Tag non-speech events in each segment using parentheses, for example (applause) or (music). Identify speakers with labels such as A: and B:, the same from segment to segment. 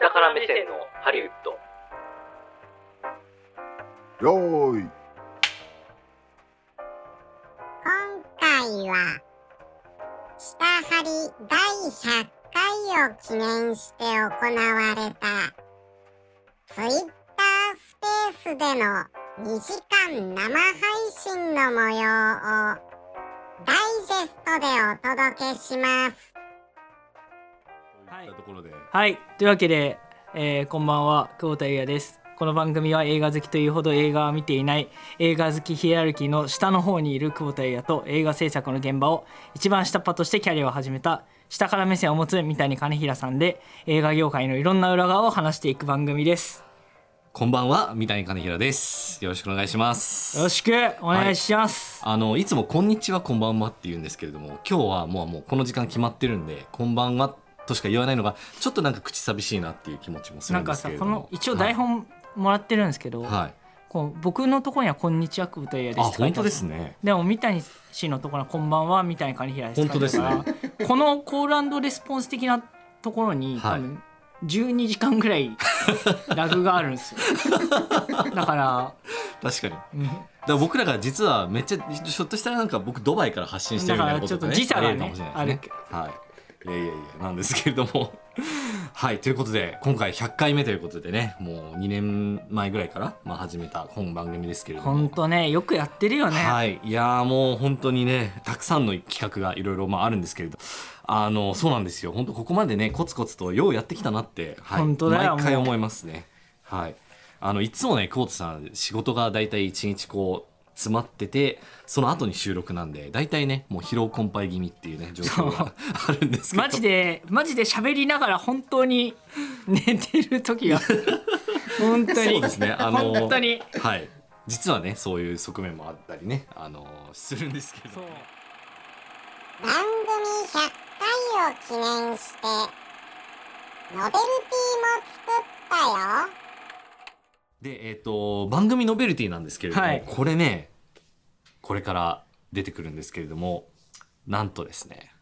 A: 下から目線のハリウッド
B: よーい
C: 今回は、下張り第100回を記念して行われた、ツイッタースペースでの2時間生配信の模様を、ダイジェストでお届けします。
D: といったところで、
E: はい、というわけで、えーこんばんは、久保田裕也です。この番組は映画好きというほど映画は見ていない映画好きヒエラルキーの下の方にいる久保田裕也と映画制作の現場を一番下っ端としてキャリアを始めた下から目線を持つ三谷兼平さんで映画業界のいろんな裏側を話していく番組です。
D: こんばんは、三谷兼平です。よろしくお願いします。
E: よろしくお願いします。
D: あのいつもこんにちはこんばんはって言うんですけれども、今日はもうもうこの時間決まってるんで、こんばんはとしか言わないのがちょっとなんか口寂しいなっていう気持ちもする
E: なんん
D: で
E: か
D: すけ
E: さ
D: れ
E: こ
D: ども。
E: の一応台本もらってるんですけど、
D: はい。はい
E: こう僕のところには「こんにちは久保田裕也
D: あ
E: です」って書い
D: 本
E: てあ
D: 当
E: る
D: ですね。
E: でも三谷氏のところはこんばんは三谷兼平です
D: 本当ですね
E: だからこのコールレスポンス的なところに、
D: はい
E: 多分12時間ぐらいラグがあるんですよ
D: (laughs)
E: だから、
D: 確かに。だか
E: うん
D: ら僕らが実はめっちゃひょっとしたらなんか僕ドバイから発信してるみたいなこと
E: だからちょっと時差がね
D: ありえるかもしれないですね。はい。いやいやいやなんですけれども。 (laughs) はいということで今回100回目ということでねもう2年前ぐらいから、まあ、始めた本番組ですけれども
E: 本当ねよくやってるよね、
D: はい、いやーもう本当にねたくさんの企画がいろいろまああるんですけれどあのそうなんですよ本当ここまでねコツコツとようやってきたなって、はい、
E: 本当だよ
D: 毎回
E: もう
D: 思いますねはいあのいつもね久保田さん仕事が大体一日こう詰まっててその後に収録なんで大体ねもう疲労困憊気味っていうね状況があるんですけど
E: マジでマジで喋りながら本当に寝てる時が
D: (laughs)
E: 本当に
D: そうですねあの
E: 本当に
D: はい実はねそういう側面もあったりねあのするんですけど、
C: 番組100回を記念して、ノベルティも作ったよ。
D: で、えっ、と、番組ノベルティなんですけれども、
E: はい
D: これね、これから出てくるんですけれども、なんとですね、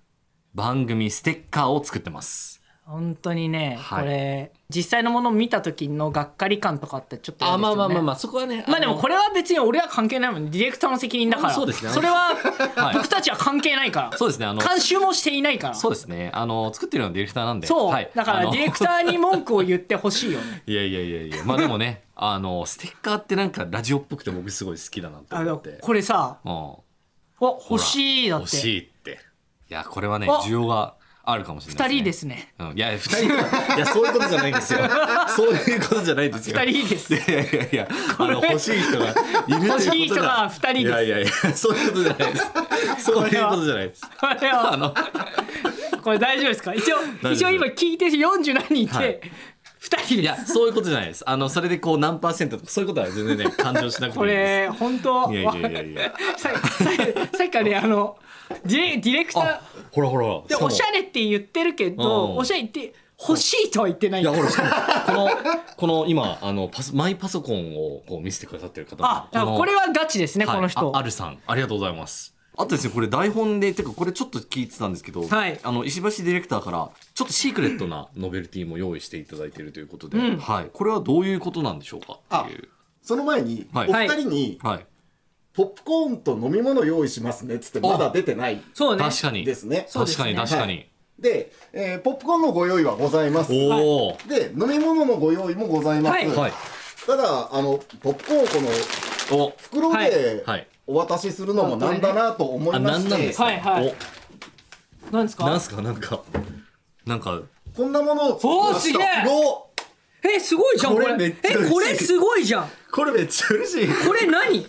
D: 番組ステッカーを作ってます。
E: 本当にね、
D: はい
E: これ実際のものを見た時のがっかり感とかってちょっと嫌ですよね
D: あ、そこはね
E: まあでもこれは別に俺は関係ないもんディレクターの責任だから
D: あそうですね
E: れは
D: はい
E: 僕たちは関係ないから
D: そうですね、あの、
E: 監修もしていないから
D: そ
E: そう
D: うですね、あの、作ってるのはディレクターなんで。はい
E: だか
D: あ
E: ら
D: の
E: ディレクターに文句を言ってほしいよね
D: いやいやいやいや、まあでもね、あの、ステッカーってなんかラジオっぽくて僕すごい好 (laughs) きだなと
E: あ
D: 思
E: の
D: って。
E: これさ
D: うん
E: 「わ欲しい」だっ
D: 欲
E: て
D: しいって。いや、これはね、
E: あ
D: 需要があるかもしれな
E: 2
D: い
E: 人です
D: ね。
E: すね
D: うん、いや、二人は、いや、そういうことじゃないんで
E: (laughs)
D: すよ。そういうことじゃないんですよ。
E: 2人です
D: いやいやいや、あの
E: れ
D: 欲しい人がいるということ
E: 欲しい人が二人です
D: いやいやいや、そういうことじゃない
E: (laughs)
D: です。そういうことじゃないです。
E: これ
D: (laughs) あ
E: は
D: の、
E: これ大丈夫ですか一応
D: 夫です
E: 一応今聞いて40何人い
D: はい
E: て2人
D: い
E: で
D: や、
E: す
D: そういうことじゃないです。あの、それでこう何パーセントとか、そういうことは全然ね、感情しなくて
E: こ
D: もいいで
E: れ本当
D: す。いやいやいやいや。
E: (laughs) さささっきからねあのディレディレクター
D: あ、ほらほら。
E: で
D: しかも
E: おしゃれって言ってるけ
D: う
E: ど
D: ん
E: おしゃれって欲しいとは言ってな
D: い
E: いんだ
D: やほらしかもこのこの今あのパソマイパソコンをこう見せてくださってる方も
E: あ、だから
D: の
E: これはガチですね、
D: はい
E: この人
D: あ。あるさんありがとうございますあとですねこれ台本でてかこれちょっと聞いてたんですけど、
E: はい
D: あの石橋ディレクターからちょっとシークレットなノベルティも用意していただいているということで、
E: うん
D: はい、これはどういうことなんでしょうかっていう
F: その前に、
D: はい
F: お二人に、
D: はい、
F: ポップコーンと飲み物用意しますねっつって、まだ出てない
E: そうね。
D: 確かに
F: ですね。
E: そう
D: 確
E: です
D: か
E: ね
D: に確かに、
F: で、えーポップコーンのご用意はございます。で、
D: おお、
F: 飲み物のご用意もございます。
E: はい
D: はい
F: ただ、あの、ポップコーンをこの
D: お
F: 袋
E: はい
F: で
D: はい
F: お渡しするのもなんだなと思
D: あ
F: いま
D: なん
F: し
D: なん
F: て
D: です、か、
E: はいはいなんです
D: おなん
E: か
D: すかなんかなんか
F: こんなものを
E: おー
F: 作
E: す
F: り
E: げ
F: ま
E: え
F: した
E: え、すごいじゃん、これ。
D: これめっちゃ嬉し
E: え、
D: い
E: これすごいじゃん。
D: これめっちゃ嬉しい
E: これ何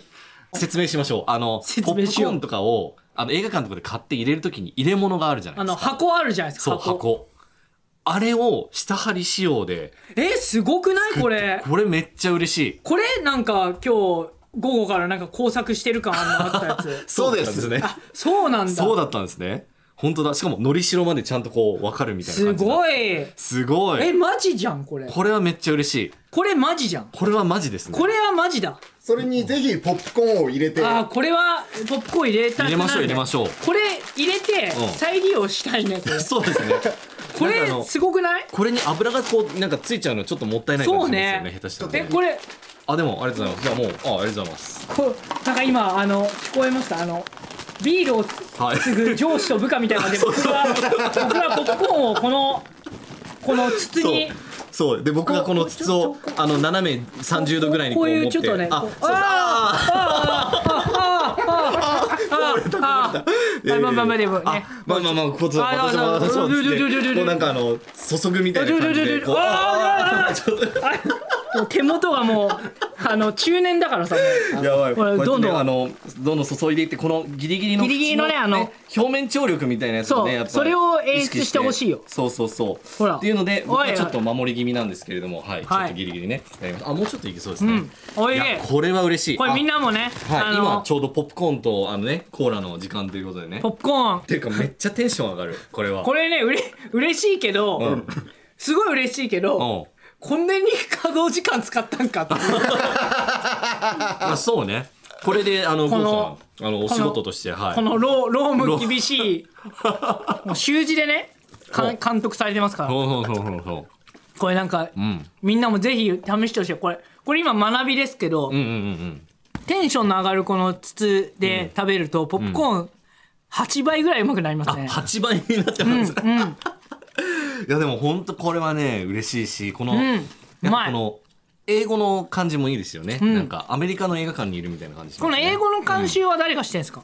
D: 説明しましょうあの
E: 説
D: ポッ
E: 明
D: プ
E: し
D: コ
E: よう
D: ーンとかをあの映画館とかで買って入れるときに入れ物があるじゃな
E: あ
D: いで
E: の、
D: すか
E: 箱あるじゃないです
D: そ
E: か、
D: う箱あれを下張り仕様で
E: え、すごくないこれ。
D: これめっちゃ嬉しい。
E: これ、なんか今日、午後からなんか工作してる感あんのあったやつ
D: (laughs) そうですね
E: そうなんだ。
D: そうだったんですね本当だしかものりしろまでちゃんとこう分かるみたいな
E: す
D: 感じだ
E: ごい。
D: すご
E: え、
D: い
E: マジじゃん、これ。
D: これはめっちゃ嬉しい
E: これマジじゃん。
D: これはマジですね
E: これはマジだ。
F: それにぜひポップコーンを入れて、
E: あーこれはポップコーン入れたくなる
D: 入れ
E: ね
D: ましょう入れましょう
E: これ入れて
D: うん
E: 再利用したいねこ
D: (laughs)
E: れ
D: そうですね
E: こ
D: (laughs) なん
E: れ
D: かあの
E: すごくない
D: これに油がこうなんかついちゃうのちょっともったいない感じですよね下手したら
E: え
D: ね
E: これ
D: あでもありがとうございますじゃあもうあありがとうございます
E: こなんか今あの聞こえましたあのビールを
D: はい
E: すぐ上司と部下みたいなので僕は僕はポップコーンをこのこの筒
D: そう
E: に
D: そうで僕がこの筒を
E: こう
D: あの斜め30度ぐらいにこ
E: こ
D: う
E: うい
D: 持っ
E: う
D: て
E: ちょっとね
D: あ
E: こう
D: そう
E: あーあまあまあまあでもね
D: あまあまあまあこうちょっと
E: あ
D: 私も
E: あ
D: 私もつって
E: ルルルルルル
D: こうなんかあの注ぐみたいな感じ
E: ルルル
D: で
E: ル
D: こうあ
E: あー
D: ーちょっと
E: もう手元がもうあの中年だからさもう
D: やばい
E: こ
D: こうやっ
E: れ
D: てね
E: どんどん
D: あのどんどん注いでいってこのギリギリの
E: ギリギリのね
D: 口
E: あの
D: 表面張力みたいなやつを
E: そ
D: ね
E: う
D: やっぱ
E: それを演出
D: 意識
E: してほしいよ
D: そうそうそう
E: ほら
D: っていうので僕
E: おいお
D: はいちょっと守り気味なんですけれどもはいちょ
E: はい
D: っとギリギリねやりますあもうちょっといけそうです
E: う
D: ね
E: んおい
D: い
E: で
D: やこれは嬉しい
E: これみん
D: な
E: なもねあ
D: はい今
E: の
D: ちょうどポップコーンとあのねコーラの時間ということでね
E: ポップコーン
D: っていうかめっちゃテンション上がるこれは
E: これねうれ嬉しいけど、
D: うん
E: すごい嬉しいけど、
D: うん
E: こんなに稼働時間使ったんかっ
D: (laughs)
E: て
D: まあそうねこれであの
E: この
D: 郷さんあのお仕事としてはい
E: このローロー
D: ロ
E: ム
D: ー
E: 厳し
D: (laughs)
E: いもう習字でねか
D: ほう
E: 監督されてますから
D: ほうほうほうほうほ
E: これなんか、
D: ううん
E: みんなもぜひ試してほしいこれこれ今学びですけど、
D: うんうんうん
E: テンションの上がるこの筒で食べると、ポップコーン8倍ぐらいうまくなります
D: うん
E: ね
D: あ、8倍になってます、 (laughs) いやでも本当これはね嬉しいしこの、
E: うん
D: やっ
E: う
D: ぱ
E: ま
D: こ
E: い
D: の英語の感じもいいですよね、
E: ん
D: なんかアメリカの映画館にいるみたいな感じし
E: こ
D: ます
E: の
D: ね、
E: 英語の監修は誰がしてんですか、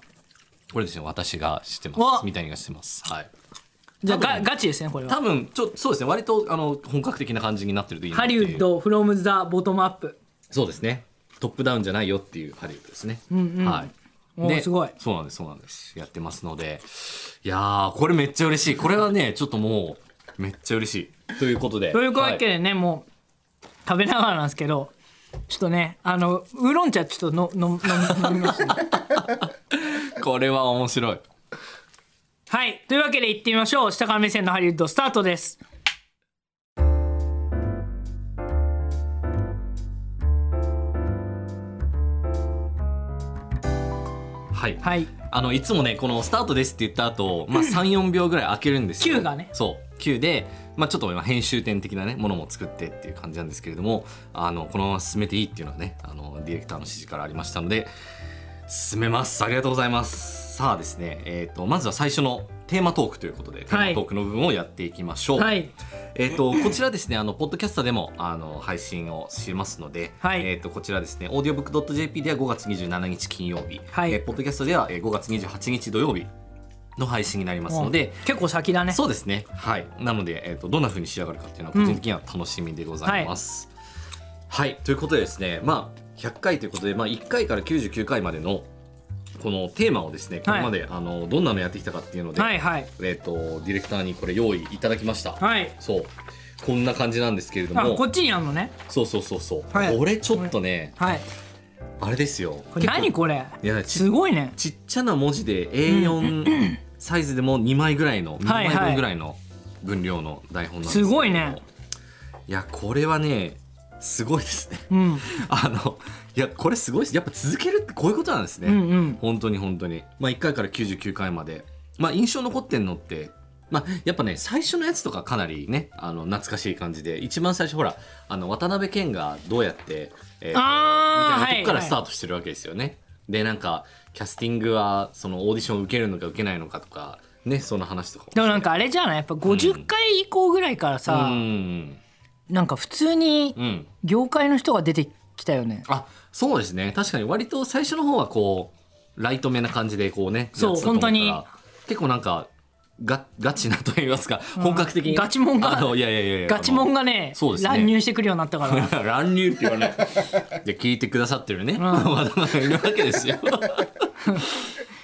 D: これですよ私が知ってま
E: わ
D: すみたいにがしてますはい
E: じゃあ
D: 多分
E: ガガチですねこれは
D: 多分ちょそうですね割とあの本格的な感じになってるといいな
E: ハ
D: って
E: リ
D: いう
E: ウッドフロムザボトムアップ
D: そうですねトップダウンじゃないよっていうハリウッドですね、はい
E: おー
D: です
E: ごい
D: そうなんですそうなんですやってますのでいやーこれめっちゃ嬉しいこれはねちょっともうめっちゃ嬉しいということで
E: というわ
D: は
E: け
D: い
E: でね、もう食べながらなんですけどちょっとねあのウーロン茶ちょっとののの (laughs) 飲みます、ね、
D: これは面白い
E: はいというわけで行ってみましょう下から目線のハリウッドスタートです
D: はい、
E: はい
D: あのいつもねこの「スタートです」って言った後、まあ34秒ぐらい開けるんですよ
E: 9がね
D: そう9で、まあ、ちょっと今編集点的なねものも作ってっていう感じなんですけれどもあのこのまま進めていいっていうのはねあのディレクターの指示からありましたので進めますありがとうございますさあですね、えー、とまずは最初のテーマトークということでテーマトークの部分をやっていきましょう、
E: はい
D: えー、とこちらですねあのポッドキャスターでもあの配信をしますので、
E: はい
D: えー、とこちらですねオーディオブックドット JP では5月27日金曜日、
E: はい
D: えーポッドキャストではえー5月28日土曜日の配信になりますので
E: もう結構先だね
D: そうですねはいなので、えー、とどんな風に仕上がるかっていうのは個人的には楽しみでございます、はい、ということでですねまあ100回ということで、まあ、1回から99回までのこのテーマをですねこれまで、あのどんなのやってきたかっていうので、
E: はいはい
D: えー、とディレクターにこれ用意いただきました、
E: はい
D: そうこんな感じなんですけれど
E: あ
D: も
E: こっちにあるのね
D: そうそうそうそう、
E: はい
D: これちょっとね
E: はい
D: あれですよ
E: これ何これ
D: いやち
E: すごいね
D: ちっちゃな文字で A4 サイズでも2枚ぐらいの2
E: はい
D: 枚
E: はい
D: 分ぐらいの分量の台本なんですけれど
E: す
D: も
E: ごいね
D: いやこれはねすごいですね (laughs)
E: うん
D: あのいやこれすごいですやっぱ続けるってこういうことなんですね、
E: うんうん
D: 本当に本当にまあ1回から99回までまあ印象残ってんのってまあやっぱね最初のやつとかかなりねあの懐かしい感じで一番最初ほらあの渡辺謙がどうやって、えー
E: あー
D: みたいなとこから
E: はい
D: スタートしてるわけですよね。でなんかキャスティングはそのオーディションを受けるのか受けないのかとかねその話とかも
E: でもなんかあれじゃないやっぱ50回以降ぐらいから
D: う
E: さ、
D: ん
E: なんか普通に
D: うん
E: 業界の人が出てきたよね
D: あそうですね確かに割と最初の方はこうライトめな感じでこうね
E: そう
D: やってたと思うから
E: 本当に
D: 結構なんかがガチなと言いますか本格的に
E: ガチもんが
D: あのいやいやいやいや
E: ガチモンがね
D: そうですね
E: 乱入してくるようになったから
D: (laughs) あの乱入って言わ
E: (laughs)
D: ないで聞いてくださってるね、わざわざいるわけですよ (laughs)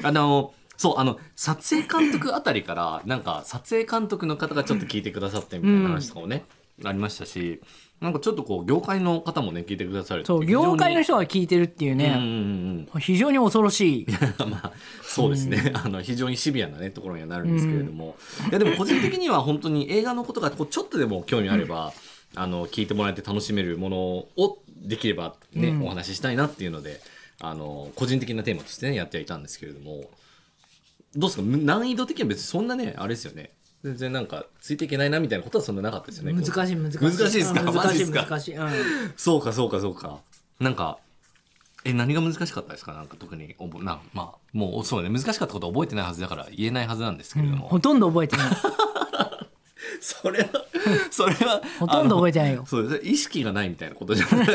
D: あのそうあの撮影監督あたりからなんか撮影監督の方がちょっと聞いてくださってみたいな話とかもね、ありましたしなんかちょっとこう業界の方もね聞いてくださるって
E: そう
D: 非常に
E: 業界の人が聞いてるっていう
D: うんうん
E: ね、
D: うん
E: 非常に恐ろしい
D: (laughs) まあそうですね、 (laughs) あの非常にシビアな、ね、ところにはなるんですけれども、いやでも個人的には本当に映画のことがこうちょっとでも興味あれば、あの聞いてもらえて楽しめるものをできれば、ねお話ししたいなっていうのであの個人的なテーマとして、ね、やってはいたんですけれどもどうですかむ難易度的には別にそんなねあれですよね全然なんかついていけないなみたいなことはそんななかったですよね
E: 難しい難しい
D: 難しいですか
E: うん
D: マ
E: 難
D: ジ
E: し
D: で
E: い
D: すか
E: 難しい、うん、
D: そうかそうかそうかなんかえ何が難しかったですかなんか特におぼなまあもうそうね難しかったことは覚えてないはずだから言えないはずなんですけれども、
E: ほとんど覚えてない
D: (laughs) それはそれは
E: ほとんど覚えてないよ
D: (laughs) あのそうです意識がないみたいなことじゃない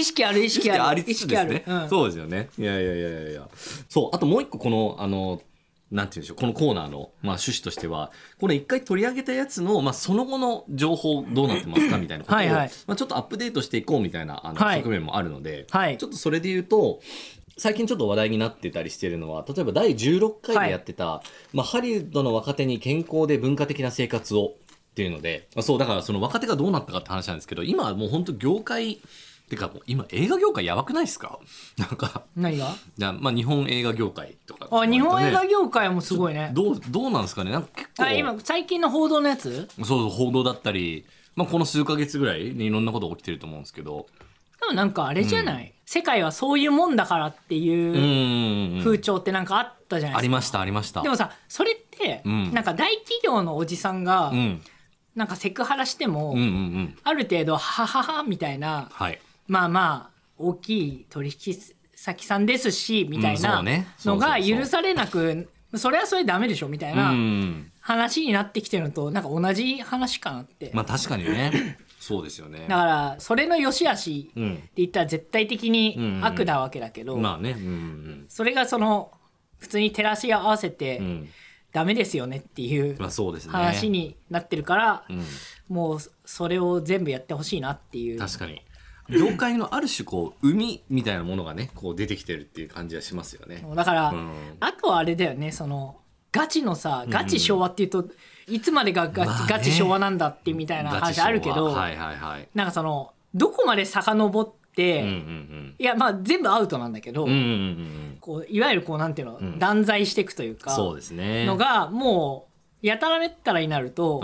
E: 意識ある意識ある
D: ありつつですね、
E: うん、
D: そうですよねいやいやいやいやいやそうあともう一個このあのなんて言うんでしょうこのコーナーの、まあ、趣旨としてはこれ一回取り上げたやつの、まあ、その後の情報どうなってますかみたいなことを
E: はいはい
D: まあ、ちょっとアップデートしていこうみたいなあの、
E: はい
D: 側面もあるので、
E: はい
D: ちょっとそれで言うと最近ちょっと話題になってたりしてるのは例えば第16回でやってた、まあ、ハリウッドの若手に健康で文化的な生活をっていうので、まあ、そうだからその若手がどうなったかって話なんですけど今はもう本当業界てかもう今映画業界やばくないですか (laughs) なんか
E: 何が
D: じゃあまあ日本映画業界とか、
E: あ日本映画
D: ね
E: 業界もすごいね
D: どうどうなんですかねなんか結構
E: あ今最近の報道のやつ
D: そうそう報道だったり、まあ、この数ヶ月ぐらいにいろんなことが起きてると思うんですけど
E: でもなんかあれじゃない、世界はそういうもんだからって
D: う
E: いうん風潮ってなんかあったじゃないですか、
D: ありましたありました
E: でもさそれって、
D: うん
E: なんか大企業のおじさんが、
D: うん
E: なんかセクハラしても、
D: うんうんうん
E: ある程度はははみたいな
D: はい
E: まあまあ大きい取引先さんですしみたい
D: うんそ
E: な
D: うねそう
E: の
D: そうそ
E: が
D: う
E: 許されなくそれはそれダメでしょみたいうなん話になってきてるのとなんか同じ話かなって、
D: まあ確かにねそうですよね
E: だからそれの良し悪し
D: う
E: って
D: ん
E: 言ったら絶対的に悪なわけだけど、
D: まあねうん
E: それがその普通に照らし合わせて
D: うんうん
E: ダメですよねっていう
D: まあそうですね
E: 話になってるから、
D: うん
E: もうそれを全部やってほしいなっていう
D: 確かに業界のある種こう海みたいなものがねこう出てきてるっていう感じはしますよね
E: だから、
D: うん
E: あとはあれだよねそのガチのさガチ昭和っていうと、いつまでがガチ,、
D: まあね
E: ガチ昭和なんだってみたいな
D: ガチ
E: 話
D: 昭和
E: あるけど、
D: はいはいはい
E: なんかそのどこまで遡って、
D: うんうん
E: いやまあ全部アウトなんだけど、
D: うんうんうんうん
E: こういわゆるこうなんていうの、
D: ん
E: 断罪していくという
D: うん
E: か
D: そうですね
E: のがもうやたらめったらになると、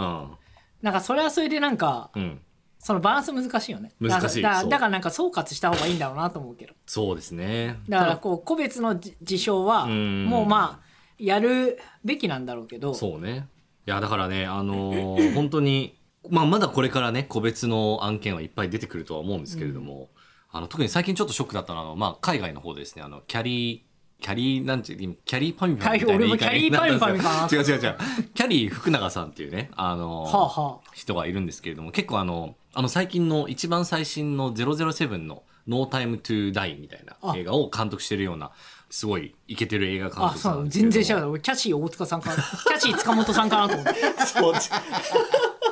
E: なんかそれはそれでなんか
D: うんうん
E: そのバランス難しいよね
D: 難しい
E: だ
D: そ
E: からだか
D: う
E: らだからなんか総括した方がいいんだろうなと思うけど
D: そうですね
E: だからこう個別のじ事象は
D: うん
E: もうまあやるべきなんだろうけど
D: そうね。いや、だからね、あのー (laughs) 本当に、まあ、まだこれからね、個別の案件はいっぱい出てくるとは思うんですけれども、あの、特に最近ちょっとショックだったのはあの、まあ、海外の方でですね、あの、キャリー、キャリーなんていうキャリーパミュパミュみたいな言い方になったんですよ
E: 俺もキャリーパミュパミュかな
D: 違う違う違う。キャリー福永さんっていうね、あのー
E: はあはあ
D: 人がいるんですけれども、結構あの、あの最近の一番最新の007の No Time to Die みたいな
E: あ
D: 映画を監督してるような、すごいイケてる映画監
E: あ
D: 督
E: そ
D: さんな
E: うん
D: ですけれど
E: 全
D: も (laughs)
E: 然知らない俺キャシー大塚さんかなキャシー塚本さんかなと思って
D: そう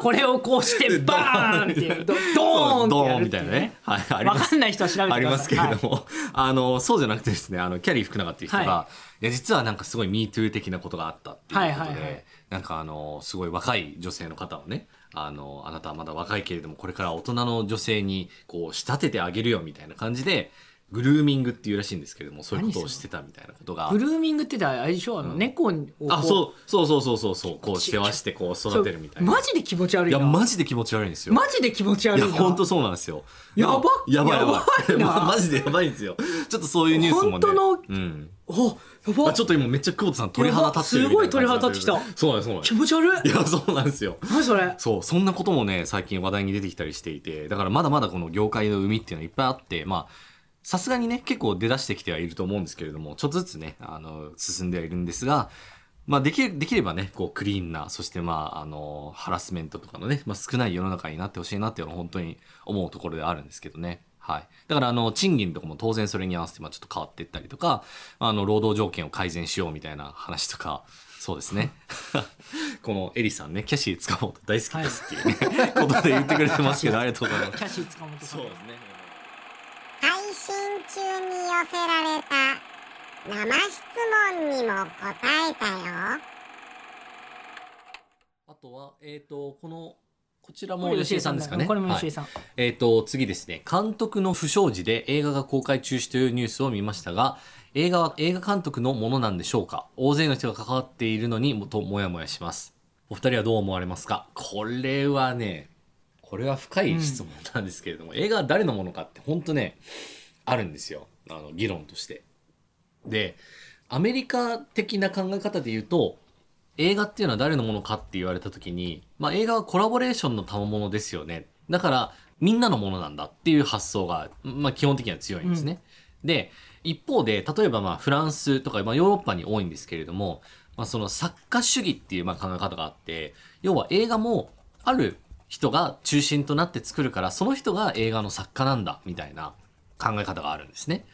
E: これをこうしてバーンってドドーンって
D: ドー
E: やるって
D: ンみた
E: い
D: いうな
E: ね
D: ね。はい、あり
E: 分
D: ま
E: か
D: す。
E: んない人は調べてくださ
D: あ
E: い
D: りますけれ
E: はい
D: ども、あのそうじゃなくてですねあのキャリー福永っていう人が、、
E: はい
D: や実はなんかすごい「MeToo」的なことがあったっていうことで、
E: はいはいはい
D: なんかあのすごい若い女性の方をねあのあなたはまだ若いけれどもこれから大人の女性にこう仕立ててあげるよみたいな感じでグルーミングっていうらしいんですけれどもそういうことをしてたみたいなことが
E: グルーミングって言ったらあれでしょあの猫をこう
D: あそうそうそうそうそうそうこう世話してこう育てるみたいな。
E: マジで気持ち悪
D: い
E: いな
D: やマジで気持ち悪いんですよ。
E: マジで気持ち悪
D: い
E: い
D: や
E: な
D: 本当そうなんですよ。
E: やば
D: なんかやばいやばい。
E: やばいな
D: ま (laughs) マジでやばいんですよ。ちょっとそういうニュースもね。
E: 本当の
D: うん。
E: おやば
D: あちょっと今めっちゃ久保田さん鳥肌立ってる
E: やばすごい鳥肌立ってきた
D: そうなんですそうなんで
E: 気
D: す。
E: 持ち悪い
D: いやそうなんですよ。
E: 何それ
D: そうそんなこともね最近話題に出てきたりしていてだからまだまだこの業界の海っていうのはいっぱいあってまあさすがにね結構出だしてきてはいると思うんですけれどもちょっとずつねあの進んではいるんですが、まあ、できできればねこうクリーンなそしてまああのハラスメントとかのね、まあ、少ない世の中になってほしいなっていうのは本当に思うところではあるんですけどね。はい、だからあの賃金とかも当然それに合わせてまあちょっと変わっていったりとかあの労働条件を改善しようみたいな話とかそうですね (laughs) このエリさんねキャシー塚本大好きですっていう、ね (laughs) ことで言ってくれてますけどありがとうございま
E: キャシー塚本
D: す。
E: さ
D: そ
E: ん
D: うですね
C: 配信中に寄せられた生質問にも答えたよ
D: あとは、えっ、と、この、こちら
E: こ
D: も
E: れ
D: 吉江さんですかね。
E: これも吉江さん、
D: はいえっ、と、次ですね。監督の不祥事で映画が公開中止というニュースを見ましたが、映画は映画監督のものなんでしょうか大勢の人が関わっているのにもと、もやもやします。お二人はどう思われますかこれはね、これは深い質問なんですけれども、映画は誰のものかって本当ね、あるんですよ。あの、議論として。で、アメリカ的な考え方で言うと、映画っていうのは誰のものかって言われた時に、まあ、映画はコラボレーションの賜物ですよねだからみんなのものなんだっていう発想が、まあ、基本的には強いんですね。で一方で例えばまあフランスとか、まあ、ヨーロッパに多いんですけれども、まあ、その作家主義っていうまあ考え方があって要は映画もある人が中心となって作るからその人が映画の作家なんだみたいな考え方があるんですね。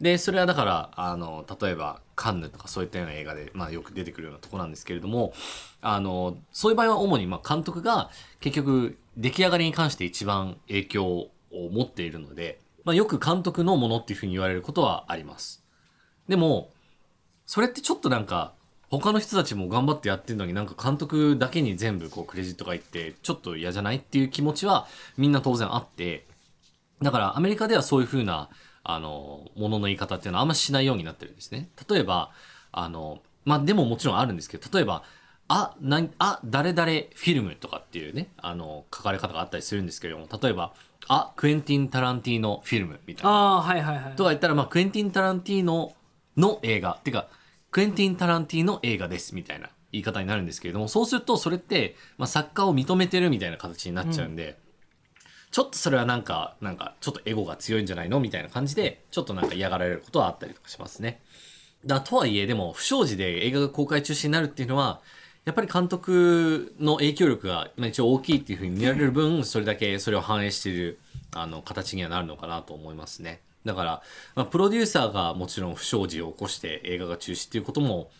D: でそれはだからあの例えばカンヌとかそういったような映画で、まあ、よく出てくるようなとこなんですけれどもあのそういう場合は主にまあ監督が結局出来上がりに関して一番影響を持っているので、まあ、よく監督のものっていうふうに言われることはあります。でもそれってちょっとなんか他の人たちも頑張ってやってるのになんか監督だけに全部こうクレジットがいってちょっと嫌じゃないっていう気持ちはみんな当然あってだからアメリカではそういうふうなあのものの言い方っていうのはあんましないようになってるんですね。例えばあのまあでももちろんあるんですけど例えば「あなんあ誰々フィルム」とかっていうねあの書かれ方があったりするんですけれども例えば「あクエンティン・タランティーノフィルム」みたいな。
E: ああーはいはいはい
D: とか言ったら、まあ、クエンティン・タランティーノの映画っていうかクエンティン・タランティーノ映画ですみたいな言い方になるんですけれどもそうするとそれって、まあ、作家を認めてるみたいな形になっちゃうんで、ちょっとそれはなんかなんかちょっとエゴが強いんじゃないのみたいな感じでちょっとなんか嫌がられることはあったりとかしますね。だとはいえでも不祥事で映画が公開中止になるっていうのはやっぱり監督の影響力がまあ一応大きいっていうふうに見られる分それだけそれを反映しているあの形にはなるのかなと思いますねだから、まあ、プロデューサーがもちろん不祥事を起こして映画が中止っていうことも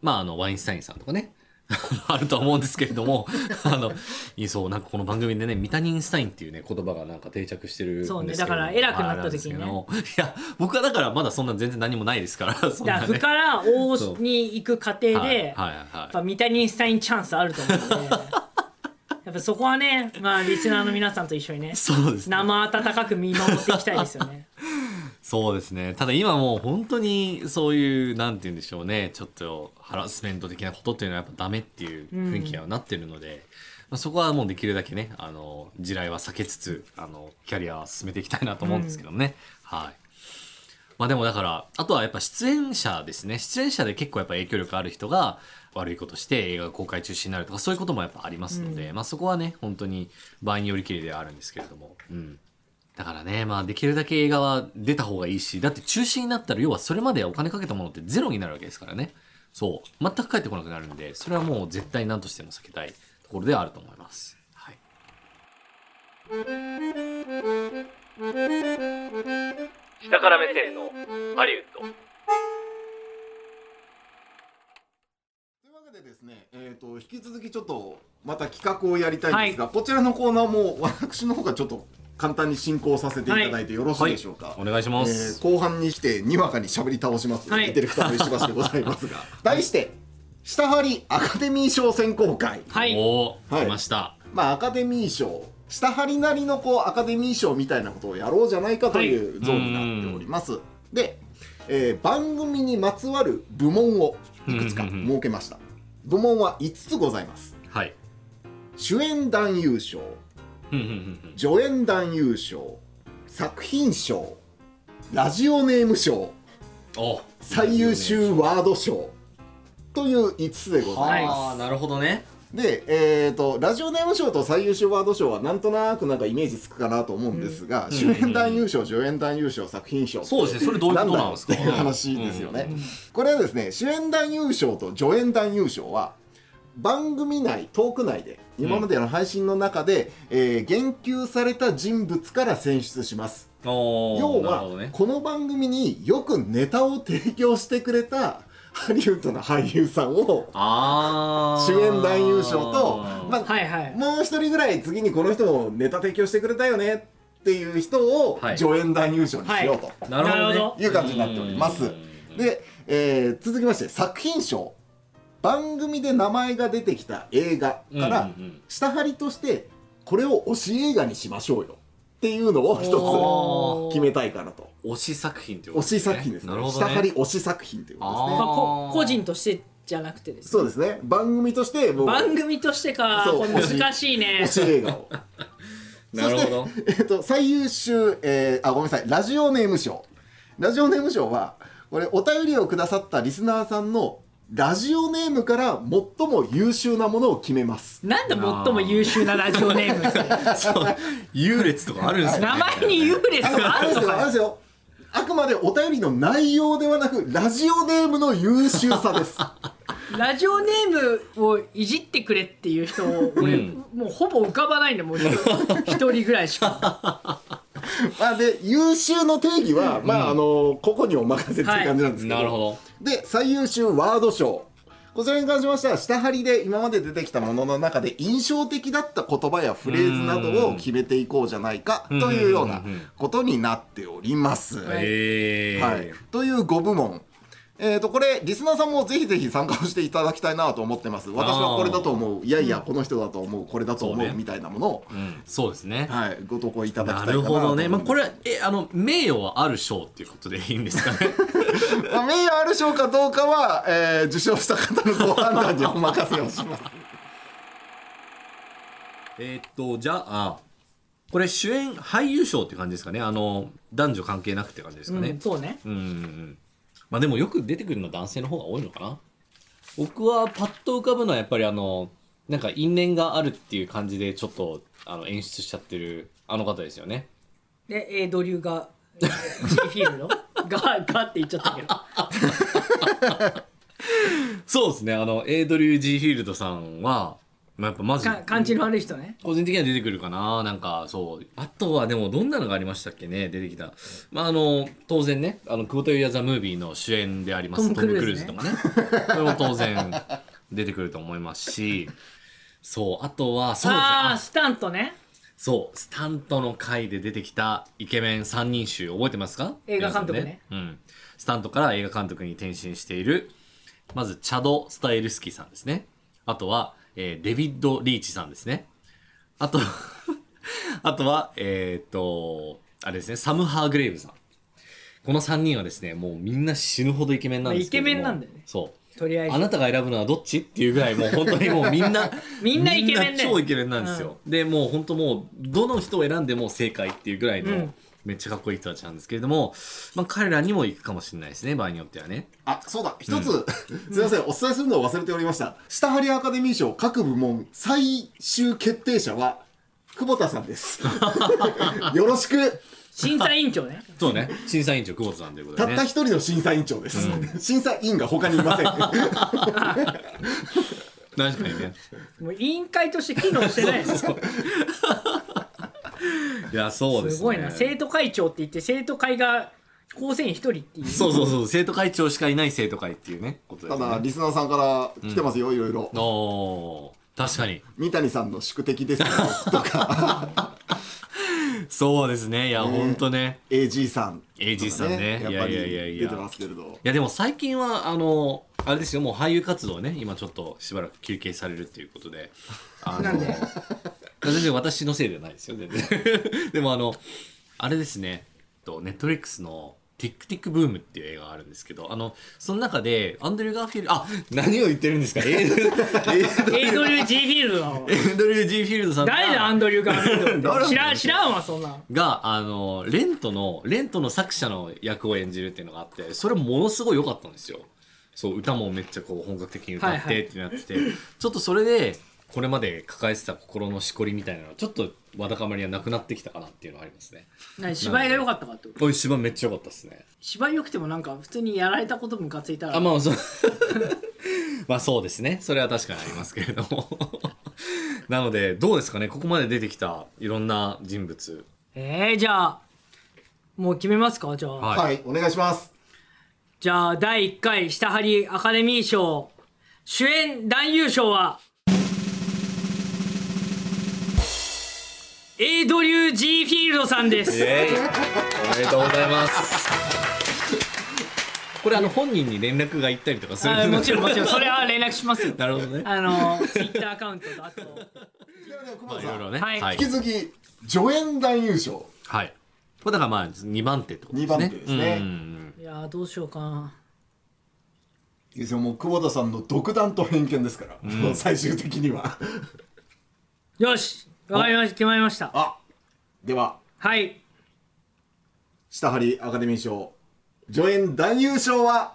D: まああのワインスタインさんとかね (laughs) あるとは思うんですけれども (laughs) あのいいそうなんかこの番組でねミタニンスタインっていうね言葉がなんか定着してるんですけど
E: そうねだから偉くなった時にね
D: あれなんですけどいや僕はだからまだそんな全然何もないですからそん
E: だ
D: な
E: から
D: ね
E: 不から王
D: そう
E: に行く過程で、
D: はいは
E: や
D: いはい
E: っ
D: は
E: ぱ三谷さんにチャンスあると思うんで (laughs) やっぱそこはねまあリスナーの皆さんと一緒にね
D: い。そうですね。
E: 生温かく見守っていきたいです
D: (laughs)
E: よね
D: そうですね。ただ今もう本当にそういう、なんて言うんでしょうね。ちょっとハラスメント的なことっていうのはやっぱダメっていう雰囲気にはなってるので、まあ、そこはもうできるだけね、あの、地雷は避けつつ、あの、キャリアは進めていきたいなと思うんですけどね。はい。まあでもだから、あとはやっぱ出演者ですね。出演者で結構やっぱ影響力ある人が悪いことして映画が公開中止になるとかそういうこともやっぱありますので、まあそこはね、本当に場合によりきりではあるんですけれども。うん。だからね、まあできるだけ映画は出た方がいいし、だって中止になったら要はそれまでお金かけたものってゼロになるわけですからね。そう。全く返ってこなくなるんで、それはもう絶対何としても避けたいところではあると思います。はい。
A: 下から目線のハリウッド
F: というわけでですね、えー、と引き続きちょっとまた企画をやりたいんですが、こちらのコーナーも私の方がちょっと簡単に進行させていただいてよろしいでしょうか、
D: お願いしま
F: え
D: す。
F: ー後半にしてにわかにしゃべり倒します、
E: はい
F: ディレクターの石橋でございますが題して「下張りアカデミー賞選考会」
E: はい
D: おー、
F: はい
D: 来ました。
F: まあアカデミー賞下張りなりのこうアカデミー賞みたいなことをやろうじゃないかという像になっております、で、えー番組にまつわる部門をいくつか
D: うんうんうん
F: 設けました、部門は5つございます
D: はい。
F: 主演男優賞
D: うんうんうん
F: 助演男優賞作品賞ラジオネーム賞
D: うんお
F: 最優秀ワード賞という5つでございます、
D: ああなるほどね
F: で、えー、とラジオネーム賞と最優秀ワード賞はなんとなくなんかイメージつくかなと思うんですが、
D: ん
F: 主演男優賞助演男優賞作品賞
D: そうですねそれどういうことなんですか
F: だっていう話ですよね、これはですね主演男優賞と助演男優賞は番組内トーク内で今までの配信の中で、えー言及された人物から選出します
D: おー
F: 要
D: なる
F: は
D: ほ、どね
F: この番組によくネタを提供してくれたハリウッドの俳優さんを
D: あー
F: 主演男優賞と、まあ
E: はいはい
F: もう一人ぐらい次にこの人もネタ提供してくれたよねっていう人を
D: はい
F: 助演男優賞にしようと
D: なるほど,、
E: な
D: ね、
E: るほど
F: いう感じになっております。
D: うん
F: で、えー続きまして作品賞番組で名前が出てきた映画から、
D: うんうんうん
F: 下張りとしてこれを推し映画にしましょうよっていうのを一
D: お
F: つ決めたいかなと。
D: 推し作品ってこと
F: 推し作品ですね
D: なるほど、ね、
F: 下張り推し作品ということです
E: まあ、
F: ね
D: あ
E: こ個人としてじゃなくてですね
F: そうですね番組としてもう
E: 番組としてか
F: そう
E: これ難しいね
F: 推し映画を
D: なるほど
F: (laughs) そして、えっと最優秀、えーあごめんなさいラジオネーム賞ラジオネーム賞はこれお便りをくださったリスナーさんのラジオネームから最も優秀なものを決めます
E: なんで最も優秀なラジオネームって
D: そう優劣とかあるんですよ、ね、
E: 名前に優劣とかあ
F: れ
E: る
F: です
E: の
F: よあれ
E: か
F: で
E: よ
F: すよあくまでお便りの内容ではなくラジオネームの優秀さです
E: ラジオネームをいじってくれっていう人を俺、
D: うん
E: もうほぼ浮かばないんだもう一人一人ぐらいしか
F: まあで優秀の定義は、まああの個々にお任せっていう感じなんですけど、
D: なるほど
F: で最優秀ワード賞こちらに関しましては下張りで今まで出てきたものの中で印象的だった言葉やフレーズなどを決めていこうじゃないかというようなことになっております。
E: はい
D: えー
F: はい、という5部門。えー、とこれリスナーさんもぜひぜひ参加をしていただきたいなと思ってます私はこれだと思ういやいやこの人だと思うこれだと思
D: そう
F: う
D: ね
F: みたいなものを、
D: うん、そうですね、
F: はい、ご投稿いただきた
D: ない
F: かなと
D: る
F: 思
D: ほ
F: います
D: どねまあこれはえあの名誉はある賞っていうことでいいんですかね
F: まあ、名誉ある賞かどうかは、えー受賞した方のご判断にお任せをします。
D: えーっとじゃあこれ主演俳優賞っていう感じですかねあの男女関係なくって感じですか
E: う
D: ね
E: ん、そうね
D: うんうんまあでもよく出てくるのは男性の方が多いのかな僕はパッと浮かぶのはやっぱりあのなんか因縁があるっていう感じでちょっとあの演出しちゃってるあの方ですよね
E: でえードリューが G フィールド (laughs) ががって言っちゃったけど
D: そうですねあのエイドリュー・ジーフィールドさんは、まあ、やっぱまず
E: か感じの悪い人ね
D: 個人的には出てくるかななんかそうあとはでもどんなのがありましたっけね出てきたまああの当然ねあのクボタユアザムービーの主演であります
E: ト
D: ト
E: ム
D: ム・
E: ク
D: ク
E: ル
D: ルー
E: ーズ
D: ズ
E: ね
D: とかねこれも当然出てくると思いますしそうあとはそうですね
E: ああ
D: あ
E: スタントね
D: そうスタントの回で出てきたイケメン3人衆覚えてますか
E: 映画監督ね
D: 皆さんうんスタントから映画監督に転身しているまずチャド・スタイルスキーさんですねあとは、えーデビッド・リーチさんですねあと (laughs) あとはえーっとあれですねサム・ハーグレイブさんこの3人はですねもうみんな死ぬほどイケメンなんですけども
E: まあイケメンなんだよね
D: そう
E: とりあえず
D: あなたが選ぶのはどっちっていうぐらいもう本当にもうみんな
E: みんなイケメ
D: み
E: ンね
D: んな超イケメンなんですよ、でもう本当もうどの人を選んでも正解っていうぐらいの、
E: うん
D: めっちゃかっこいい人たちなんですけれども、まあ、彼らにも行くかもしれないですね場合によってはね
F: あ、そうだ、一つ、すいません、お伝えするのを忘れておりました。下張りアカデミー賞各部門最終決定者は、久保田さん
D: (laughs)
F: です。よろしく、
E: 審査委員長ね
D: そうね審査委員長久保田さんということ
F: た
D: で
F: っ
D: ね
F: た一人の審査委員長です。 (laughs) 審査委員が他にいません。 (laughs)
D: 確かにね
E: もう委員会として機能してないす
D: いやそうですね
E: ごいな生徒会長って言って生徒会が構成員一人っていう
D: そうそうそう生徒会長しかいない生徒会っていうねことで
F: た
D: す
F: だ、
D: ね
F: リスナーさんから来てますよ、いろいろ。
D: おー確かに
F: 三谷さんの宿敵ですよ
D: (laughs)
F: とか、
D: そうですねいや、ほんとね
F: AG さん。
D: AG さん
F: や
D: ね
F: っぱり
D: いやいやいやいや
F: 出てますけれど
D: い。やでも最近はあのあれですよもう俳優活動ね今ちょっとしばらく休憩されるっていうことであの
E: なんで
D: 全然私のせいではないですよ全然 (laughs) でもあのあれですねとネットフリックスの「ティックティックブーム」っていう映画があるんですけどあのその中でアンドリュー・ガーフィールドあ何を言ってるんですかエ (laughs) イドエイ
F: (laughs)
D: ド
E: エイドリュー・ジーフィールドだもん
D: エイドリュー・ジーフィールドさんが
E: 誰だアンドリュー・ガーフィールドっ
D: 誰
E: て知らん知らんわそんなん
D: があのレントのレントの作者の役を演じるっていうのがあってそれものすごい良かったんですよそう歌もめっちゃこう本格的に歌
E: は
D: っ
E: いは
D: て
E: い
D: ってなってて、ちょっとそれでこれまで抱えてた心のしこりみたいなのがちょっとわだかまりはなくなってきたかなっていうのはありますね
E: 何芝居が良かったかってこと
D: おい芝めっちゃ良かったですね
E: 芝居良くてもなんか普通にやられたことムカついたら
D: あまあそう (laughs) まあそうですねそれは確かにありますけれどもなのでどうですかねここまで出てきたいろんな人物
E: えー、じゃあもう決めますかじゃあ、
D: はい
F: はい、お願いします。
E: じゃあ第1回下張りアカデミー賞主演男優賞はエイドリュー・ジーフィールドさんです、
D: えいおめでとうございます。これあの本人に連絡が行ったりとかする
E: あもちろんもちろんそれは連絡しますよ
D: なるほどね。
E: あのツイッターアカウントとあと
F: ではでは久保
D: ま
F: 田
D: あい
F: さ
D: ろ
F: ん
D: いろね。
E: はい
D: はい
F: 引き。続き、助演男優賞。
D: はいこれだからまあ二番手ってことですね。
F: 二番手ですね
D: うんうん
E: いやーどうしようかない
F: いですよもう久保田さんの独断と偏見ですから、もう最終的には
E: よしわかりました決まりました
F: あでは
E: はい
F: 下張りアカデミー賞助演男優賞は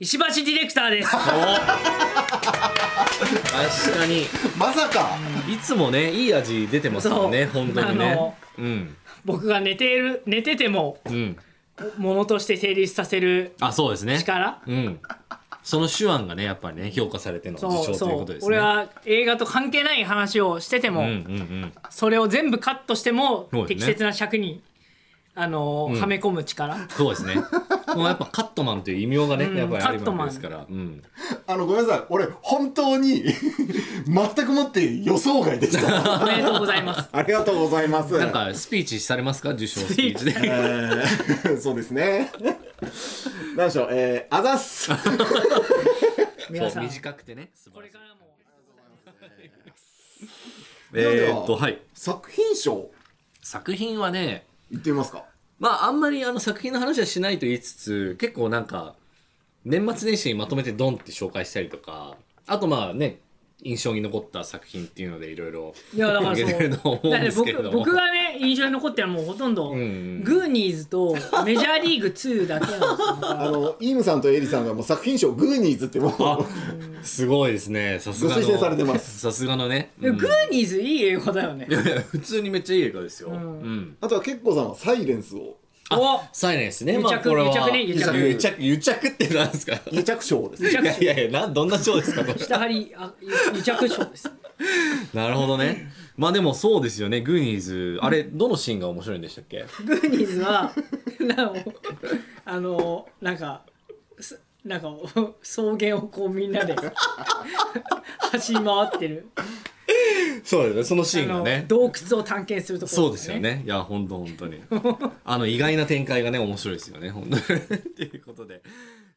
E: 石橋ディレクターです。
D: 確かに
F: まさか
D: いつもねいい味出てますもんね
E: そう
D: 本当に
E: あ
D: ね
E: の
D: うん
E: 僕が寝ている寝てても
D: うん
E: ものとして成立させる
D: あそうですね
E: 力。
D: うんその手腕がねやっぱりね評価されての
E: そう
D: 受賞という
E: そ
D: こ
E: う
D: とですね
E: 俺は映画と関係ない話をしてても、
D: うんうんうん
E: それを全部カットしても、
D: そうですね
E: 適切な尺にあのー、
D: うん
E: はめ込む力
D: そうですねもうやっぱカットマンという異名がね、
E: うん
D: やっぱりあるわけですからうん
F: あのごめんなさい俺本当に (laughs) 全くもって予想外でし
D: (laughs)
F: た
E: おめでとうございます
F: ありがとうございます
D: なんかスピーチされますか受賞スピーチで
F: えー (laughs) そうですね何でしょうえー、あざっす (laughs)
E: 皆さ
D: そうん短くてね素
E: こ
D: 晴らしい
E: れからも
D: えーっとはい
F: 作品賞
D: 作品はね
F: いってみますか
D: まああんまりあの作品の話はしないと言いつつ結構なんか年末年始にまとめてドンって紹介したりとかあとまあね印象に残った作品っていうのでいろいろ
E: いやだからそう
D: 受けてると思うん
E: だって
D: ですけれど
E: 僕
D: も
E: 僕がね印象に残ってるのはもうほとんど、
D: うんうん
E: グーニーズとメジャーリーグ2だけなんですよ
F: あのイームさんとエリさんがもう作品賞グーニーズってもう
D: あすごいですねさすが
F: ご推
D: の
F: 薦されてます
D: さすがのね、 (laughs)
E: で
D: う
E: も
D: ん
E: グーニーズいい映画だよね
D: いやいや普通にめっちゃいい映画ですよ、
E: う
D: うんん
F: あとは結構さんはサイレンスを
E: お
D: サイレンスね、
E: 癒
D: まあ、
E: 着
D: これは
E: 癒着ね癒着
D: 癒着癒着ってなんですか
F: 癒着賞ですね
E: 癒
D: いやいやいやなんどんな賞ですかこれ
E: 下張りあ癒着賞です
D: なるほどね。 (laughs) まあでもそうですよね。グーニーズ、あれ、どのシーンが面白いんでしたっけ
E: グーニー
D: (laughs)
E: ズはなんかあのなんかすなんか草原をこうみんなで
D: (laughs)
E: 走り回ってる
D: そうですね。そのシーンが
E: あ
D: ね
E: の。洞窟を探検するところ、
D: そうですよね。いや、本当本当 (laughs) に。あの、意外な展開がね、面白いですよね。本当に。 (laughs) ということで。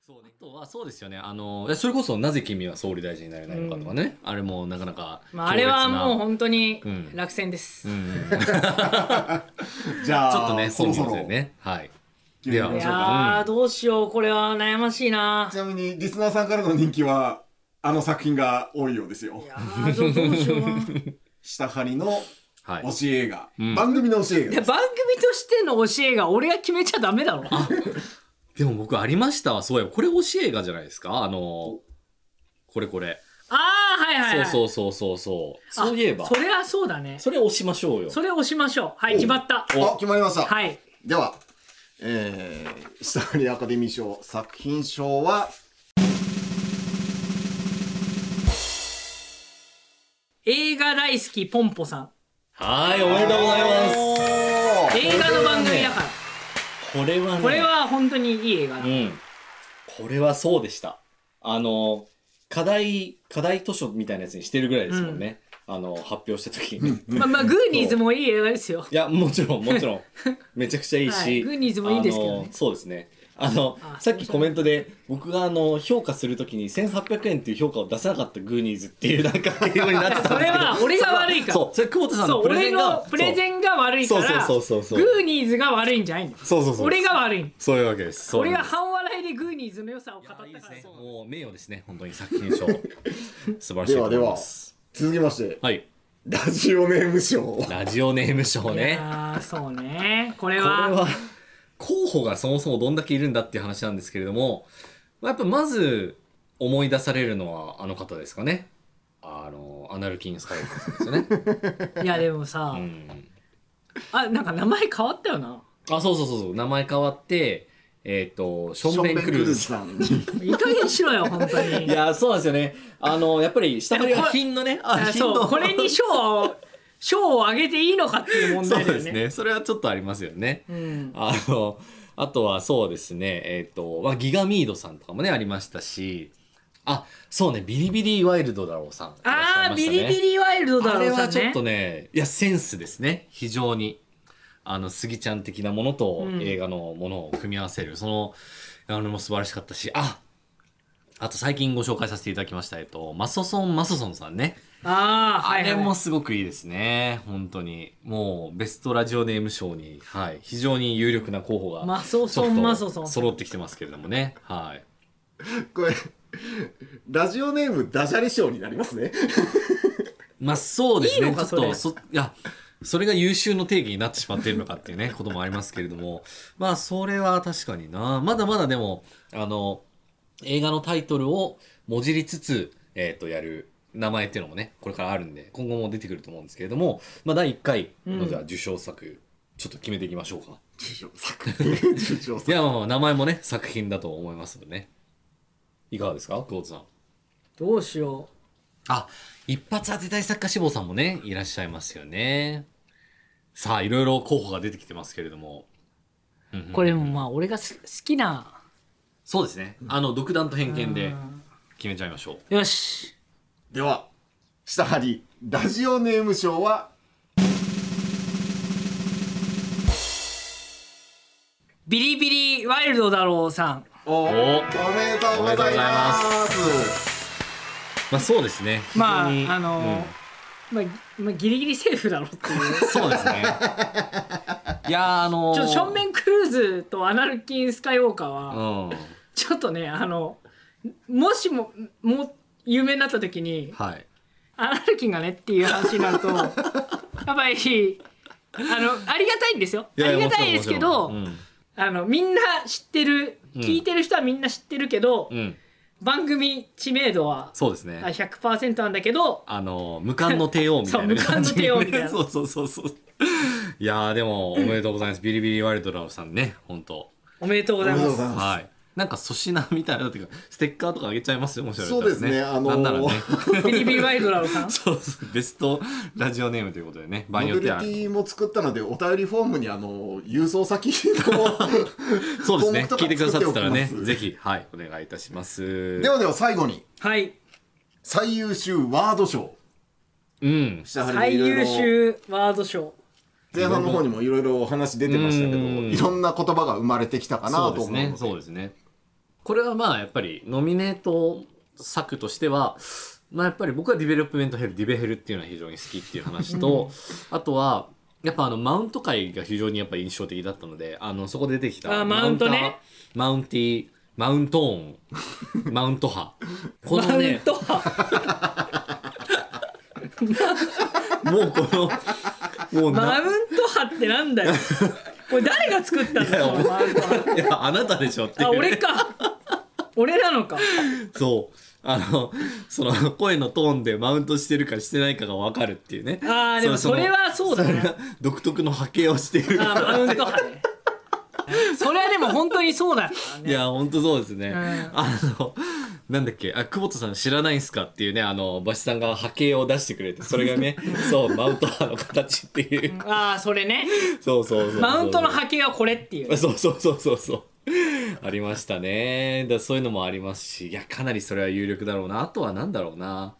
D: そうね。あとは、そうですよね。あの、それこそ、なぜ君は総理大臣になれないのかとかね。あれも、なかなか強烈な。
E: まあ、あれはもう本当に
D: うん
E: 落選です、
D: うん、うん
F: じゃあ
D: ちょっとね、
F: そ
D: そう
F: ろ
D: です
F: そ
D: よ
F: ろ
D: ね。はい。
F: 決めましょうか
E: い
D: で
E: やーどうしようこれは悩ましいな
D: (laughs)
F: ちなみにリスナーさんからの人気はあの作品が多いようですよ
E: いやーどうどうしようかな
F: 下張りの
D: はい
F: 推。し映画、
D: ん
F: 番組の推し映
E: い
F: 画
E: や番組としての教えが俺が決めちゃダメだろ
D: でも僕、ありましたわ。そういえば、これ教え映画じゃないですかあの、これこれ。
E: ああはいはい、はい、
D: そううそうそうそうそう。そういえば
E: そ、れはそうだね
D: それ押しましょうよ。
E: それ押しましょうはい決まった
F: あ決まりました、
E: はい
F: では、えー、下張りアカデミー賞作品賞は
E: 映画大好きポンポさん
D: はい、おめでとうございます。
F: おー
E: 映画の番組だから
D: これはね、
E: これは本当にいい映画だ、
D: うん。これはそうでした。あの、課題、課題図書みたいなやつにしてるぐらいですもんね。あの、発表した時に。
E: まあまあグーニーズもいい映画ですよ
D: いや、もちろん、もちろ
E: (laughs)
D: ん。めちゃくちゃいいし。
E: はいグーニーズもいいですけどね
D: あのそうですね。あの
E: あ
D: さっきコメントで僕があの評価するときに1800円っていう評価を出さなかったグーニーズっていうなんか敬語になってたんですけど
E: それは俺が悪いから
D: そうそれ久保田さん
E: そ
D: の
E: う
D: プレゼ
E: 俺
D: ンが
E: のプレゼンが悪いから
D: そうそうそうそうそう
E: グーニーズが悪いんじゃないんだ
D: そうそうそうそう
E: 俺が悪いん
D: そういうわけですそう
E: 俺
D: なん
E: が
D: です
E: 半笑いでグーニーズの良さを語ったか
D: いいで
E: ら
D: す
E: そう
D: ね。もう名誉ですね、本当に作 (laughs) 品賞。素晴らしい
F: では
D: と思
F: で
D: い
F: は
D: ます。
F: 続きまして
D: はい。
F: ラジオネーム賞
D: ラジオネーム賞
E: い
D: ね。こ
E: やーそうねこれ
D: れ
E: は
D: は、候補がそもそもどんだけいるんだっていう話なんですけれども、まあやっぱまず思い出されるのはあの方ですかね。あの、アナルキン・スカイウォーカー (laughs) さんですよね。
E: いやでもさ、
D: うん。
E: あなんか名前変わったよな
D: あ、そうそうそうそう、名前変わって、えっ、と、ションベン・クルーズさん。
F: んに
E: いい加減しろよ本当に
D: いや、そうなんですよね。あの、やっぱり下取りが品のね、あ
E: あ
D: 品
E: そ
D: の
E: うこれに賞を賞をあげていいのかっていう問
D: そ
E: 題
D: う
E: だ
D: で
E: よ
D: す
E: ね。
D: ね。それはちょっとありますよね。
E: うん、
D: あの、あとはそうですね、えっ、と、まあ、ギガミードさんとかもね、ありましたし、あ、そうね、ビリビリワイルドだろうさん、いらっしゃ
E: あ
D: い
E: あ
D: まし
E: ビ
D: たね
E: リビリワイルドだ
D: あ
E: ろ
D: れ
E: うさ
D: は
E: ん
D: ちょ
E: ね
D: っと。ね、いや、センスですね、非常に。あの、スギちゃん的なものと
E: うん
D: 映画のものを組み合わせる、その、あのも素晴らしかったし、ああと最近ご紹介させていただきました、えっと、マソソン・マソソンさんね。
E: ああ
D: あ
E: はいはい
D: れもすごくいいですね。本当に。もう、ベストラジオネーム賞に、はい。非常に有力な候補が、
E: マ
D: ちょ
E: ソソ
D: っ
E: ン
D: と
E: マソソン。
D: 揃ってきてますけれどもね。はい。
F: これラジオネームダジャレ賞になりますね
D: まあ、そうですね。
E: いいのか
D: ちょっと、
E: そ
D: そ、いや、それが優秀の定義になってしまっているのかっていうね、 (laughs) こともありますけれども。まあ、それは確かにな。まだまだでも、あの、映画のタイトルをもじりつつ、えー、とやる名前っていうのもねこれからあるんで今後も出てくると思うんですけれども、まあ、第1回
E: う
D: の
E: ん
D: じゃあ受賞作、ちょっと決めていきましょうか。
F: 受賞作受賞
D: い
F: 作
D: やまあまあ名前もね作品だと思いますのでねいかがですか久保田さん。
E: どうしよ
D: あ一発当てたい作家志望さんもねいらっしゃいますよね。さあいろいろ候補が出てきてますけれども。うんう
E: うんこれもまあ俺がす好きな
D: そうですねあの独断と偏見で決めちゃいましょう。
E: よし
F: では下張りラジオネーム賞は
E: ビリビリワイルドだろうさん
F: おおめでとうございます
D: まあそうですね。
E: まあ
D: 非常に
E: あのー
D: うん
E: まあ、まあ、ギリギリセーフだろうっていう
D: そうです
E: (laughs)
D: ね。いやーあのー
E: ちょ正面クルーズとアナルキン・スカイウォーカーは、
D: うん。
E: ちょっとねあのもしももう有名になった時に
D: はい。
E: アナルキンがねっていう話に
D: (laughs)
E: なるとやっぱりあのありがたいんですよありがたいですけ
D: も
E: ど、
D: ちろんも
E: あのみんな知ってる
D: うん
E: 聞いてる人はみんな知ってるけど、
D: ちろんうん、うん、
E: 番組知名度は
D: そうです
E: あ
D: ね。
E: 100%なんだけど
D: あのー無冠の帝王みたいな感じ、ね、
E: (laughs) そう無冠の帝王みたい
D: (laughs)
E: な
D: そうそうそうそう。いやーでもおめでとうございます。ビリビリワイルドラブさんね、本当。
E: おめでとうござい
F: おめで
E: ま
F: とうござ
E: す
F: います
D: はい。なんか粗品みたいなっていうかステッカーとかあげちゃいますよもしあれだっ
F: そ
D: た
F: うで
D: ら
F: すねあのー
D: なんならね
E: ビリビリワイルドラロ
D: (laughs)
E: さん
D: そうそうベストラジオネームということでね場合
F: ノ
D: に
F: ベ
D: よっ
F: ル
D: て
F: ティ
D: は
F: も作ったのでお便りフォームにあの郵送先の
D: (laughs) そうですね
F: 項目とか
D: 聞いてくださってたらね
F: 作っておきます
D: ぜひはいお願いいたします
F: ではでは最後に
E: はい
F: 最優秀ワード賞
D: うん
F: 下張り
E: 最
F: でいろい
E: 優
F: ろ
E: 秀ワード賞
F: 前半の方にもいろいろお話出てましたけど
D: うん
F: いろんな言葉が生まれてきたかな
D: そう
F: と
D: です
F: 思う
D: ね
F: ので
D: そうですねこれはまあやっぱりノミネート作としてはまあやっぱり僕はディベロップメントヘルディベヘルっていうのは非常に好きっていう話と、あとはやっぱあのマウント界が非常にやっぱ印象的だったのであのそこで出てきた
E: あーマウントね
D: マウンターマウンティーマウントーンマウント派こ
E: マ
D: の
E: ウン
D: ね (laughs)
E: ト派
D: もうこのもう
E: マ
D: な
E: ウント派ってなん
D: (laughs)
E: だよこれ誰が作ったんだよ
D: いや
E: このマウント派
D: いやあなたでしょっていう、
E: あ
D: ね、
E: 俺か俺なのか
D: そうあのその声のトーンでマウントしてるかしてないかが分かるっていうね
E: あーでもそれはそうだね
D: それは独特の波形をしている
E: あマウント派ねそれはでも本当にそうだから
D: (laughs) い
E: ね
D: や本当そうですね、
E: ん
D: あのなんだっけあ久保田さん知らないんすかっていうねあのバシさんが波形を出してくれてそれが
E: (laughs)
D: ねそうマウント派の形っていう、
E: ああそれね
D: そうそうそうそう
E: マウントの波形はこれっていう
D: そうそうそうそうそうありましたねだそういうのもありますしいやかなりそれは有力だろうなあとは何だろうな、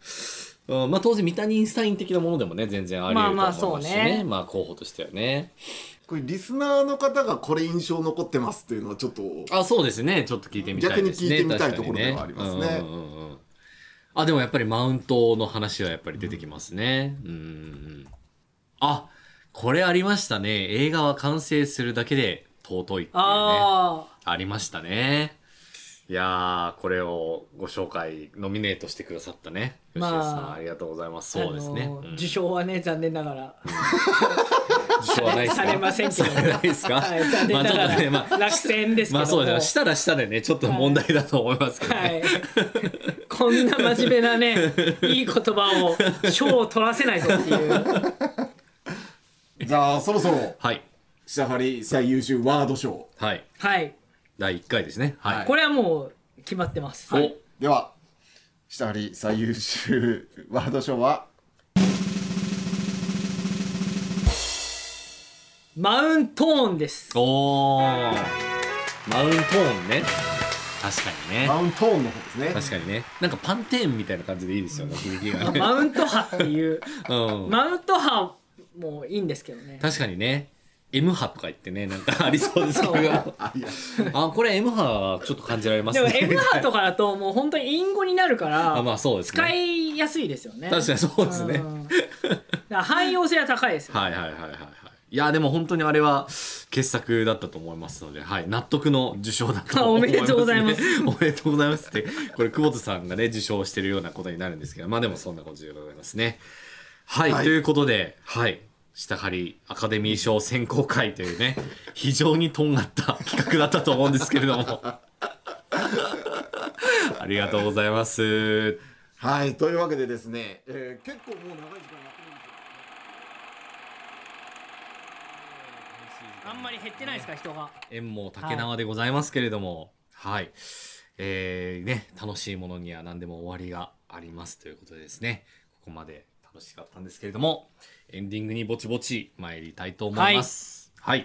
D: うん、まあ当然三谷インスタイン的なものでもね全然あり得ると思いますしね,、まあ、
E: まあまあそう
D: 候
E: ね
D: 補としてはね
F: これリスナーの方がこれ印象残ってますっていうのはちょっと
D: あそうですねちょっと聞いてみたいですね
F: 逆に聞いてみたい
D: 確かに
F: ところではありますね
D: うんうんうんうんあでもやっぱりマウントの話はやっぱり出てきますねうんうんうんあこれありましたね映画は完成するだけで尊いっていうね
E: ああ
D: ありましたね。いやー、これをご紹介、ノミネートしてくださったね。吉
E: ま
D: 田
E: あ
D: さん、あ、りがとうございます。そうですね。
E: あの
D: う
E: ー
D: ん
E: 受賞はね残念ながら
D: 受賞はないですか
E: されませんけど
D: されないですか、
E: はい残
D: まあ
E: 念な
D: ちょ
E: が
D: っとね、ま
E: ら
D: あ、
E: 落選ですけども
D: まあそうですね。したらしたでね、ちょっと問題だと思いますけどね。
E: はい、 (laughs) こんな真面目
D: (laughs)
E: なねいい言葉を賞を取らせないぞっていう
F: じゃあそろそろ
D: はい。
F: 下張り最優秀ワード賞
D: はい。
E: はい
D: 第1回ですね。はい。
E: これはもう決まってます、
D: お
F: では下張り最優秀ワード賞は
E: マウントーンです
D: おーマウントーンね。確かに
F: マ
D: ね。
F: ウントーンの方ですね
D: 確かにね。なんかパンテーンみたいな感じでいいですよね、響きがね。
E: マウント派っていう
D: うん。
E: マウント派もいいんですけどね
D: 確かにね M 波とか言ってねなんかありそうですけど
F: あいや
D: あこれ M 波はちょっと感じられま
E: ですも
D: ね
E: M 派とかだともう本当に隠語になるか
D: (laughs)
E: ら
D: あまあそうです
E: 使
D: ね
E: いやすいですよね
D: 確かにそうですね
E: うんだから汎用性は高いですよ、
D: はいはいはいはいはいいやでも本当にあれは傑作だったと思いますので、はい、納得の受賞だと思います、ね、 (laughs)
E: おめでとうございます
D: おめでとうございますってこれ久保田さんがね受賞してるようなことになるんですけどまあでもそんなことでございますねはい、
F: はい
D: ということではい下張りアカデミー賞選考会というね (laughs) 非常にとんがった企画だったと思うんですけれどもありがとうございます。
F: はい、というわけでですね、えー結構もう長い時間やってるんですよ。
E: あんまり減ってないですか人が
D: 縁も竹縄でございますけれども、はい、えーね、楽しいものには何でも終わりがありますということでですね、ここまで楽しかったんですけれども、エンディングにぼちぼち参りたいと思います。はい、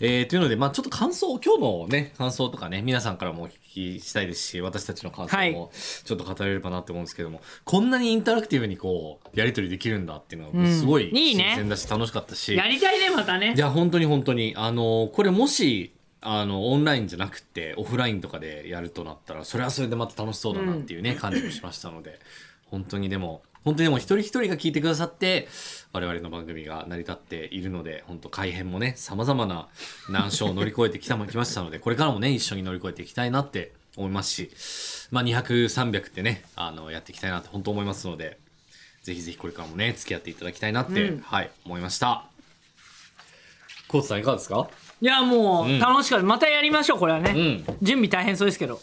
D: えーというので、まあちょっと感想、今日のね、感想とかね、皆さんからもお聞きしたいですし、私たちの感想
E: はい
D: もちょっと語れればなって思うんですけども、こんなにインタラクティブにこう、やりとりできるんだっていうのが、すごい
E: うんいい
D: 新
E: ね
D: 鮮だし、楽しかったし。
E: やりたいねまたね
D: いや本当に本当にあのこれもしあのオンラインじゃなくてオフラインとかでやるとなったらそれはそれでまた楽しそうだなっていうね、感じもしましたので本当にでも本当にでも一人一人が聞いてくださって我々の番組が成り立っているので本当改編もねさまざまな難所を乗り越えてきたも (laughs) きましたのでこれからもね一緒に乗り越えていきたいなって思いますし、まあ、200300ってねあのやっていきたいなって本当思いますのでぜひぜひこれからもね付き合っていただきたいなって、はい思いました。コーツさんいかがですか
E: いやも
D: うん
E: う楽しかったまたやりましょうこれは
D: う
E: ね
D: ん
E: 準備大変そうですけど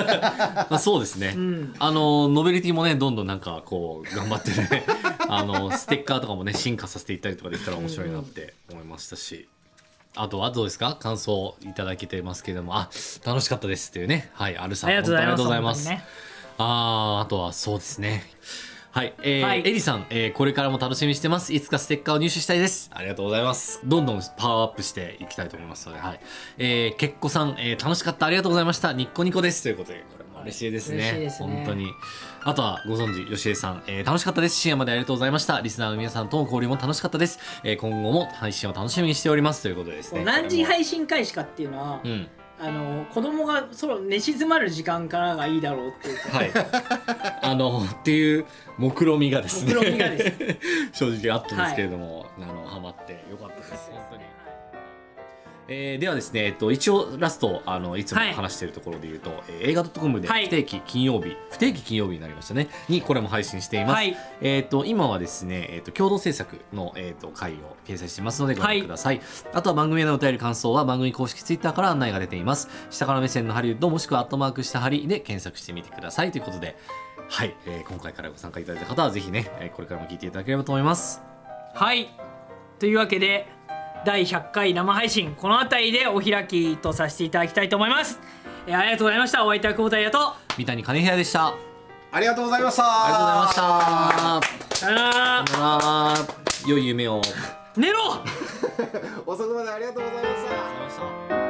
D: まあ、そうですね、
E: ん
D: あのノベルティもねどんどんなんかこう頑張ってね (laughs) あのステッカーとかもね進化させていったりとかできたら面白いなって思いましたしあとはどうですか感想いただけてますけれどもあ楽しかったですっていうねはいアルさん
E: ありがとうござ
D: 本当にあ
E: います
D: りがとうございます、
E: 本当にね
D: あーあとはそうですねはい、えー
E: はい
D: エリさん、えーこれからも楽しみにしてますいつかステッカーを入手したいですありがとうございますどんどんパワーアップしていきたいと思いますのではいえーけっこさん、えー楽しかったありがとうございましたニッコニコですということでこれも嬉しいですね
E: 嬉しいですね
D: 本当にあとはご存知吉江さん、えー楽しかったです深夜までありがとうございましたリスナーの皆さんとの交流も楽しかったです、えー今後も配信を楽しみにしておりますということでですね
E: 何時
D: これも
E: 配信開始かっていうのは
D: うん
E: あの子供がその寝静まる時間からがいいだろうっていうか (laughs)
D: はいあのっていう目論見がですね
E: 目論見がです
D: 正直あったんですけれども、あのハマってよかったです本当に。えーではですね、えっと、一応ラストあのいつも
E: はい
D: 話しているところで言うと、えー映画 .com で
E: はい
D: 不定期金曜日、不定期金曜日になりましたねにこれも配信しています、
E: はい
D: えっと今はですね、えっと共同制作の、えっと回を掲載していますのでご覧ください、あとは番組へのお便り感想は番組公式ツイッターから案内が出ています下から目線のハリウッドもしくはアットマークしたハリで検索してみてくださいということではい、えー今回からご参加いただいた方はぜひね、えーこれからも聞いていただければと思います
E: はいというわけで第100回生配信この辺りでお開きとさせていただきたいと思います、えーありがとうございましたお相手は久保田屋と
D: 三谷金平でした
F: ありがとうございました。
D: ありがとうございました
E: さよなら
D: あー良い夢を。
E: 寝ろ
F: 遅くまでありがとうございました。
D: あ